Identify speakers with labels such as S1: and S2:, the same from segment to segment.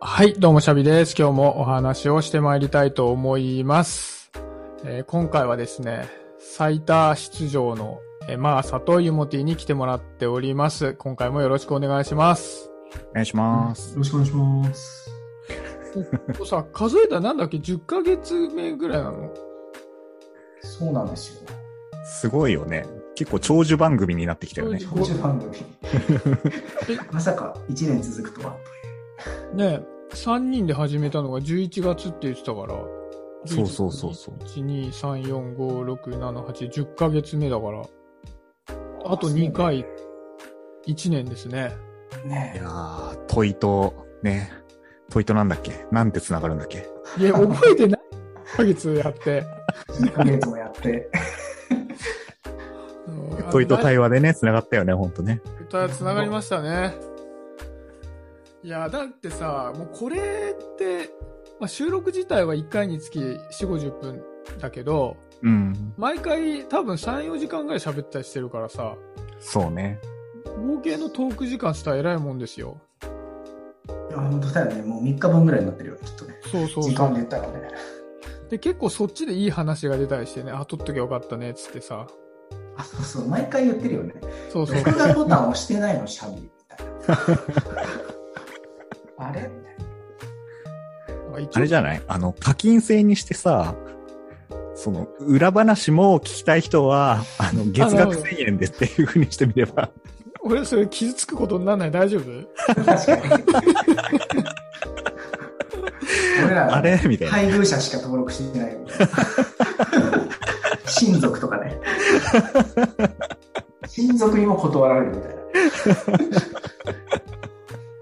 S1: はい、どうも、シャビです。今日もお話をしてまいりたいと思います。えー今回はですね、最多出場の、えーマーサとユモティに来てもらっております。今回もよろしくお願いし ます。
S2: お願いします。
S3: よろしくお願いします。
S1: さ、数えたらなんだっけ ?10 ヶ月目ぐらいなの
S3: そうなんですよ。
S2: すごいよね。結構長寿番組になってきたよね
S1: 長。
S3: 長寿番組。まさか1年続くとは。
S1: ねえ、3人で始めたのが11月って言ってたから。
S2: そうそうそうそう。
S1: 1、2、3、4、5、6、7、8、10ヶ月目だから。あと2回、1年ですね。
S3: ね
S2: いやー、問いと、ね、問いとなんだっけなんて繋がるんだっけ
S1: いや、覚えてない。1ヶ月やって。
S3: え。1ヶ月もやって。
S2: 問いと
S1: イ
S2: 対話でね、繋がったよね、ほんとね。
S1: プ。つながりましたね。いや、だってさ、もうこれって、まあ、収録自体は1回につき4、50分だけど、
S2: うん。
S1: 毎回多分3、4時間ぐらい喋ったりしてるからさ、
S2: そうね。
S1: 合計のトーク時間したら偉いもんですよ。
S3: いや、本当だよね。もう3日分ぐらいになってるよね、きっとね。
S1: そうそう
S3: 時
S1: そ
S3: 間
S1: う
S3: で。言ったらね。
S1: で、結構そっちでいい話が出たりしてね、あ、撮っときゃよかったね、つってさ。
S3: あ、そうそう。毎回言ってるよね。
S1: そう そう。
S3: 録画ボタン押してないの、シャビみたい な。あれ
S2: あれじ
S1: ゃ
S2: ゃないあの、課金制にしてさ、その、裏話も聞きたい人は、あの、月額1000円で っていう風にしてみれば、
S1: 俺それ傷つくことにならない大丈夫
S3: 確か に。俺ら、
S2: あれみたいな。
S3: 配偶者しか登録してないみたいな。親族とかね。親族にも断られるみたいな。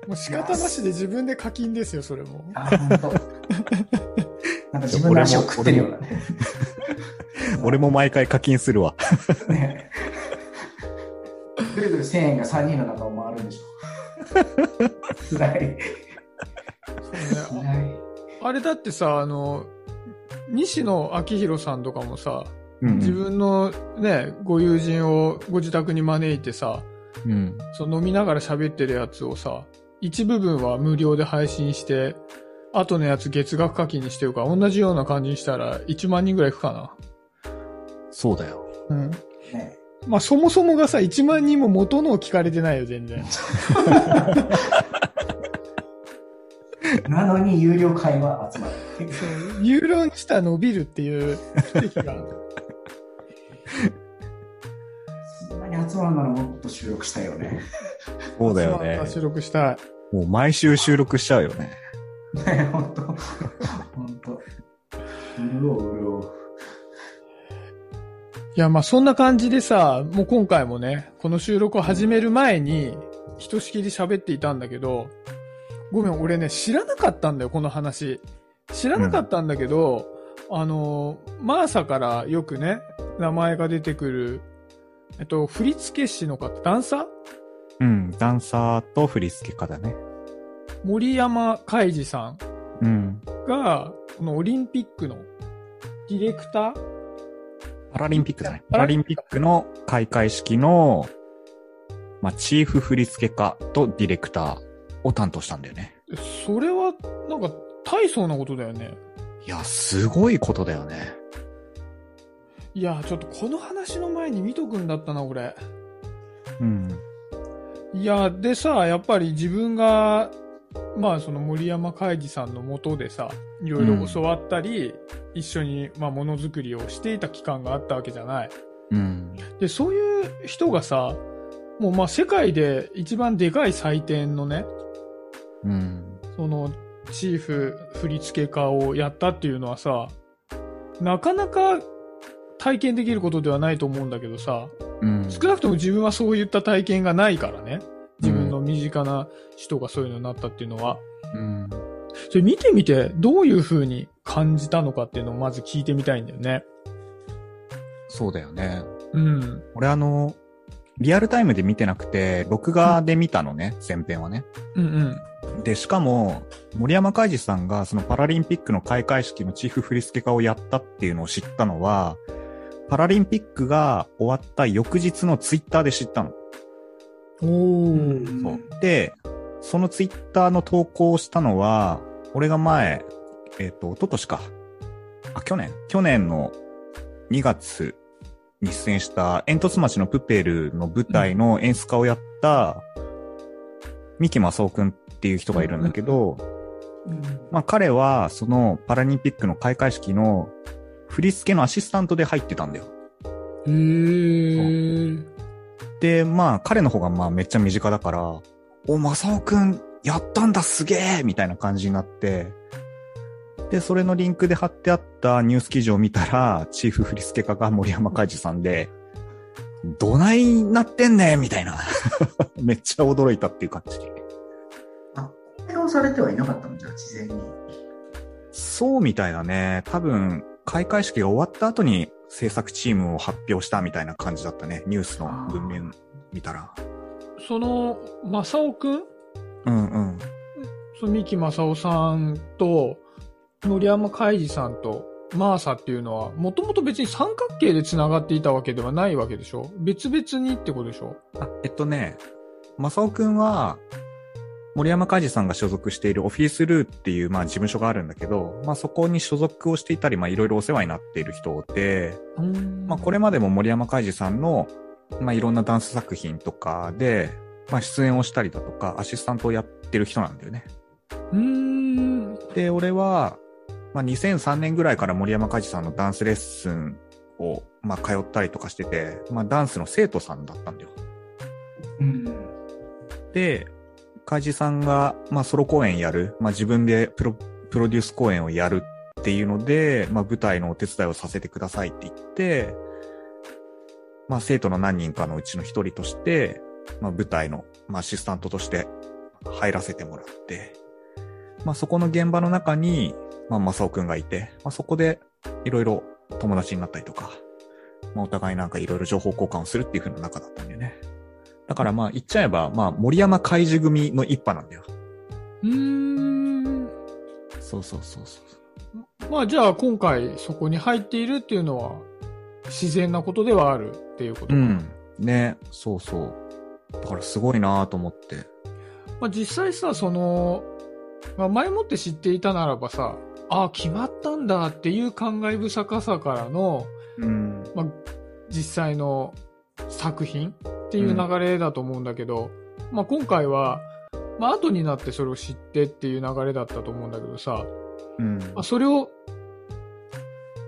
S1: もう仕方なしで自分で課金ですよ、それも。
S3: あ、本当。なんか自分の足を食ってるようなね。
S2: 俺も毎回課金するわ。
S3: ねぐるぐる1000円が3人の中を回るんでしょ。つらい。つ
S1: そうね
S3: らい。
S1: あれだってさ、あの、西野昭弘さんとかもさ、
S2: うんうん
S1: 自分のね、ご友人をご自宅に招いてさ、
S2: うん。
S1: その飲みながら喋ってるやつをさ、一部分は無料で配信して、後のやつ月額課金にしてるから、同じような感じにしたら1万人ぐらいいくか
S2: そうだよ。
S1: な。うん。
S3: ね
S1: まあそもそもがさ、1万人も元のを聞かれてないよ、全 然。
S3: なのに有料会は集まる。
S1: そう有料にしたら伸びるっていう奇跡が。
S3: そんなに集まるならもっと収録したいよね。
S2: そうだよね
S1: まあ。収録したい。
S2: もう毎週収録しちゃうよね。
S3: ね本当。本当。潤う潤う。
S1: いや、まあそんな感じでさ、もう今回もね、この収録を始める前に、ひとしきり喋っていたんだけど、ごめん、俺ね、知らなかったんだよ、この話。知らなかったんだけど、あの、マーサからよくね、名前が出てくる、えっと、振付師の方、ダンサー
S2: うん、ダンサーと振り付け家だね。
S1: 森山海二さん
S2: うん。
S1: が、このオリンピックのディレクター
S2: パラリンピックだね。
S1: パ
S2: パ
S1: ラ
S2: ラ
S1: リ
S2: リ
S1: ン
S2: ン
S1: ピ
S2: ピ
S1: ッ
S2: ッ
S1: ク
S2: クの開会式の、まあ、チーフ振付家とディレクターを担当したんだよね。
S1: それは、なんか、大層なことだよね。
S2: いや、すごいことだよね。
S1: いや、ちょっとこの話の前に見とくんだったな、俺。
S2: うん。
S1: いや、でさ、やっぱり自分が、まあ、その森山海二さんのもとでさ、いろいろ教わったり、一緒に、まあ、ものづくりをしていた期間があったわけじゃない。
S2: うん。
S1: で、そういう人がさ、もうまあ、世界で一番でかい祭典のね、
S2: うん。
S1: その、チーフ振付家をやったっていうのはさ、なかなか体験できることではないと思うんだけどさ、
S2: うん。
S1: 少なくとも自分はそういった体験がないからね。自分の身近な人がそういうのになったっていうのは。
S2: うん。
S1: それ見てみて、どういう風に感じたのかっていうのをまず聞いてみたいんだよね。
S2: そうだよね。
S1: うん。
S2: 俺あの、リアルタイムで見てなくて、録画で見たのね、前編はね。
S1: うんうん。
S2: で、しかも、森山海二さんがそのパラリンピックの開会式のチーフ振付家をやったっていうのを知ったのは、パラリンピックが終わった翌日のツイッターで知ったの。
S1: おー。
S3: ん
S2: そうで、そのツイッターの投稿をしたのは、俺が前、えっ、と、一昨年か。あ、去年去年の2月に出演した煙突町のプペルの舞台の演出家をやった、三木正夫くんっていう人がいるんだけど、まあ彼はそのパラリンピックの開会式の振り付けのアシスタントで入ってたんだよ。
S1: へー。
S2: で、まあ、彼の方がまあめっちゃ身近だから、お、まさおくん、やったんだ、すげえみたいな感じになって、で、それのリンクで貼ってあったニュース記事を見たら、チーフ振付家が森山海二さんで、どないなってんねんみたいな。 めっちゃ驚いたっていう感じ。
S3: 対応されてはいなかったのじゃあ、事前に。
S2: そうみたいだね。多分、開会式が終わった後に制作チームを発表したみたいな感じだったね。ニュースの文面見たら。
S1: その、正雄くん
S2: うんうん。
S1: その三木正雄さんと、森山海二さんと、マーサっていうのは、もともと別に三角形で繋がっていたわけではないわけでしょ別々にってことでしょ
S2: あ、えっとね、正雄くんは、森山海二さんが所属しているオフィスルーっていう、まあ、事務所があるんだけど、まあ、そこに所属をしていたり、まあ、いろいろお世話になっている人で、まあ、これまでも森山海二さんの、まあ、いろんなダンス作品とかで、まあ、出演をしたりだとか、アシスタントをやってる人なんだよね。
S1: うーん。
S2: で、俺は、まあ、2003年ぐらいから森山海二さんのダンスレッスンを、まあ、通ったりとかしてて、まあ、ダンスの生徒さんだったんだよ。
S3: うん。
S2: で、カジさんが、まあ、ソロ公演やる、まあ、自分でプロプロデュース公演をやるっていうので、まあ、舞台のお手伝いをさせてくださいって言って、まあ、生徒の何人かのうちの一人として、まあ、舞台の、まあ、アシスタントとして入らせてもらって、まあ、そこの現場の中に、まあ、正雄くんがいて、まあ、そこでいろいろ友達になったりとか、まあ、お互いなんかいろいろ情報交換をするっていう風な中だったんだよね。だからまあ言っちゃえば、まあ森山海事組の一派なんだよ。
S1: うーん。
S2: そうそうそうそう。
S1: まあじゃあ今回そこに入っているっていうのは、自然なことではあるっていうことか。
S2: うん。ね、そうそう。だからすごいなと思って。
S1: まあ、実際さ、その、まあ、前もって知っていたならばさ、ああ、決まったんだっていう感慨深さからの、
S2: うん。
S1: まあ、実際の作品っていう流れだと思うんだけど、まあ、今回は、まあ、後になってそれを知ってっていう流れだったと思うんだけどさ、
S2: うん。
S1: まあ、それを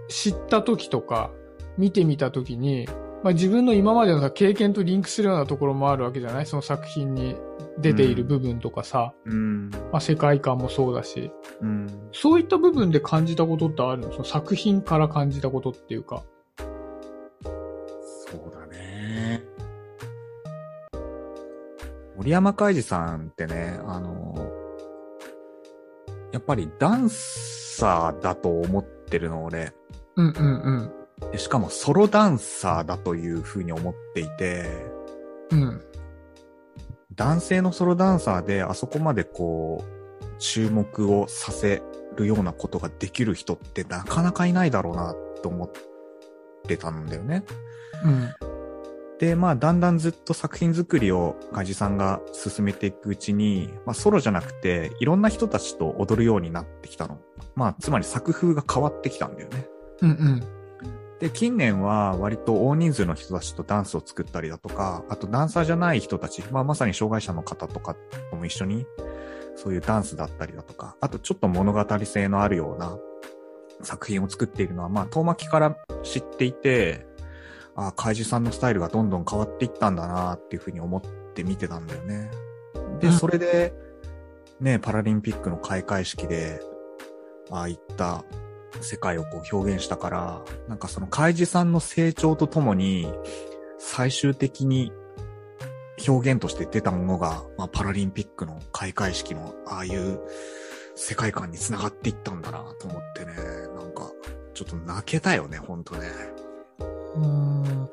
S1: 知った時とか、見てみた時に、まあ、自分の今までのさ経験とリンクするようなところもあるわけじゃないその作品に出ている部分とかさ、
S2: うん。
S1: まあ、世界観もそうだし、
S2: うん。
S1: そういった部分で感じたことってあるのその作品から感じたことっていうか。
S2: そうだね。森山海二さんってね、あの、やっぱりダンサーだと思ってるの俺。
S1: うんうん
S2: でしかもソロダンサーだという風に思っていて、
S1: うん。うん。
S2: 男性のソロダンサーであそこまでこう、注目をさせるようなことができる人ってなかなかいないだろうなと思ってたんだよね。
S1: うん。
S2: で、まあ、だんだんずっと作品作りをカジさんが進めていくうちに、まあ、ソロじゃなくて、いろんな人たちと踊るようになってきたの。まあ、つまり作風が変わってきたんだよね。
S1: うんうん。
S2: で、近年は割と大人数の人たちとダンスを作ったりだとか、あとダンサーじゃない人たち、まあまさに障害者の方とかとも一緒に、そういうダンスだったりだとか、あとちょっと物語性のあるような作品を作っているのは、まあ遠巻きから知っていて、ああ、怪獣さんのスタイルがどんどん変わっていったんだなっていうふうに思って見てたんだよね。で、それで、ね、パラリンピックの開会式で、ああいった世界をこう表現したから、なんかそのカイジさんの成長とともに、最終的に表現として出たものが、まあ、パラリンピックの開会式のああいう世界観につながっていったんだなと思ってね、なんかちょっと泣けたよね、ほんとね。
S1: うーん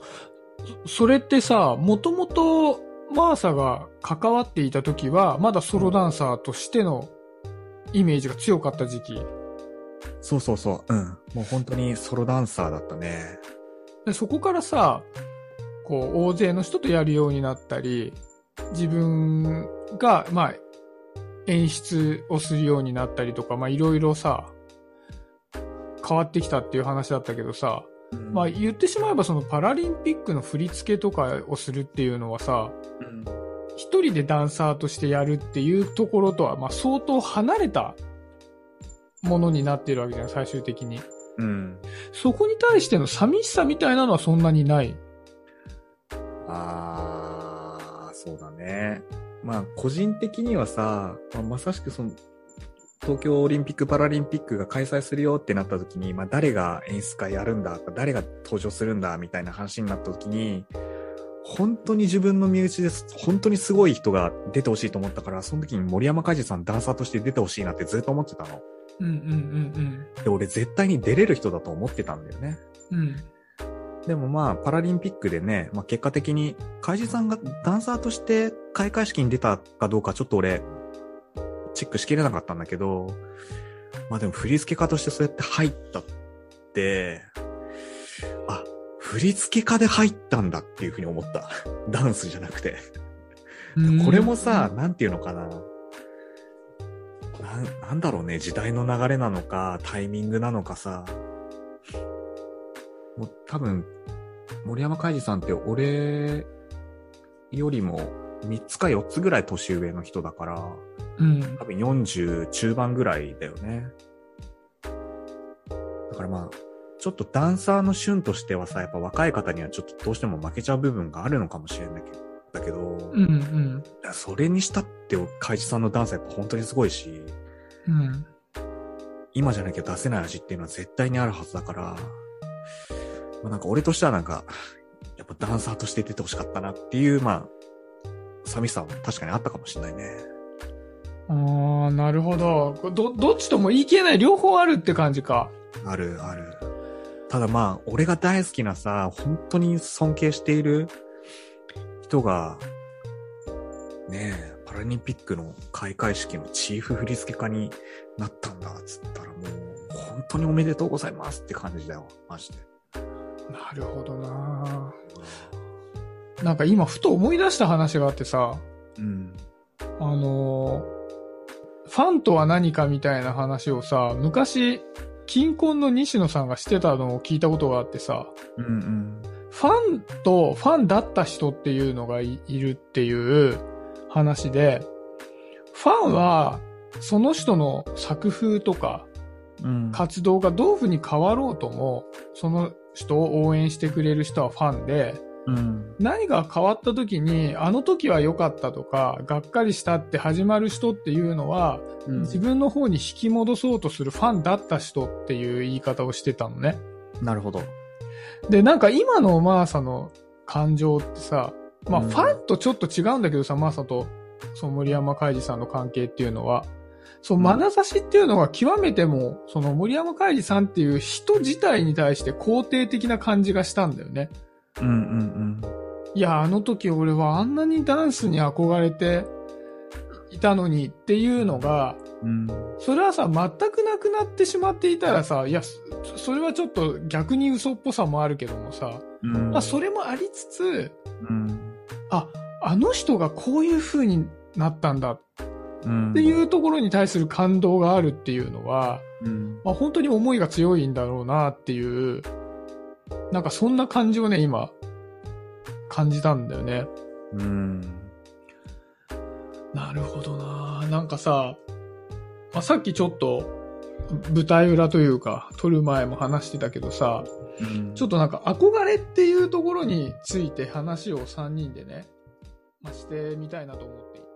S1: そそれってさ、もともとマーサが関わっていた時は、まだソロダンサーとしてのイメージが強かった時期。
S2: そうそうそう、うん。もう本当にソロダンサーだったね。
S1: でそこからさ、こう、大勢の人とやるようになったり、自分が、まあ、演出をするようになったりとか、まあいろいろさ、変わってきたっていう話だったけどさ、まあ言ってしまえばそのパラリンピックの振り付けとかをするっていうのはさ、
S2: うん
S1: 一人でダンサーとしてやるっていうところとは、まあ相当離れたものになっているわけじゃん、最終的に。
S2: うん。
S1: そこに対しての寂しさみたいなのはそんなにない。
S2: あー、そうだね。まあ、個人的にはさ、まあまさしくその、東京オリンピック・パラリンピックが開催するよってなった時に、まあ、誰が演出会やるんだとか、誰が登場するんだみたいな話になった時に、本当に自分の身内です、本当にすごい人が出てほしいと思ったから、その時に森山海二さんダンサーとして出てほしいなってずっと思ってたの。
S1: うんうん
S2: で、俺絶対に出れる人だと思ってたんだよね。
S1: うんうん。うん。
S2: でもまあ、パラリンピックでね、まあ結果的に、海地さんがダンサーとして開会式に出たかどうかちょっと俺、チェックしきれなかったんだけど、まあでも振り付け家としてそうやって入ったって、あ、振り付け家で入ったんだっていうふうに思った。ダンスじゃなくて。これもさ、なんていうのかな。なん、なんだろうね、時代の流れなのか、タイミングなのかさ。もう多分、森山海二さんって俺よりも3つか4つぐらい年上の人だから、
S1: うん、
S2: 多分40中盤ぐらいだよね。だからまあ、ちょっとダンサーの旬としてはさ、やっぱ若い方にはちょっとどうしても負けちゃう部分があるのかもしれないけど、だけど、
S1: うん、うん、
S2: いやそれにしたって、カイジさんのダンスはやっぱ本当にすごいし、
S1: うん。
S2: 今じゃなきゃ出せない味っていうのは絶対にあるはずだから、まあ、なんか俺としてはなんか、やっぱダンサーとして出てほしかったなっていう、まあ、寂しさも確かにあったかもしれないね。
S1: ああ、なるほど。これど、どっちとも言い切れない。両方あるって感じか。
S2: ある、ある。ただまあ、俺が大好きなさ、本当に尊敬している人が、ねえ、パラリンピックの開会式のチーフ振付家になったんだ、つったらもう、本当におめでとうございますって感じだよ、マジで。
S1: なるほどな。なんか今、ふと思い出した話があってさ、
S2: うん。
S1: あのーファンとは何かみたいな話をさ、昔、金婚の西野さんがしてたのを聞いたことがあってさ、
S2: うんうん。
S1: ファンとファンだった人っていうのがいいるっていう話で、ファンはその人の作風とか
S2: うん
S1: 活動がどういうふうに変わろうとも、その人を応援してくれる人はファンで、
S2: うん。
S1: 何が変わった時に、あの時は良かったとか、がっかりしたって始まる人っていうのは、自分の方に引き戻そうとするファンだった人っていう言い方をしてたのね。
S2: なるほど。
S1: で、なんか今のマーサの感情ってさ、まあ
S2: うん
S1: ファンとちょっと違うんだけどさ、マーサと、その森山海二さんの関係っていうのは、そう、
S2: うん
S1: 眼差しっていうのが極めても、その森山海二さんっていう人自体に対して肯定的な感じがしたんだよね。
S2: うんうん
S1: いや、あの時俺はあんなにダンスに憧れていたのにっていうのが、
S2: うん。
S1: それはさ、全くなくなってしまっていたらさ、いや、そそれはちょっと逆に嘘っぽさもあるけどもさ、
S2: うん。
S1: まあ、それもありつつ、
S2: うん。
S1: あ、あの人がこういう風になったんだ
S2: うん。
S1: っていうところに対する感動があるっていうのは、
S2: うん。
S1: まあ、本当に思いが強いんだろうなっていう、なんかそんな感じをね、今、感じたんだよね。
S2: うん。
S1: なるほどななんかさ、まあ、さっきちょっと、舞台裏というか、撮る前も話してたけどさ、ちょっとなんか憧れっていうところについて話を3人でね、まあ、してみたいなと思っていて。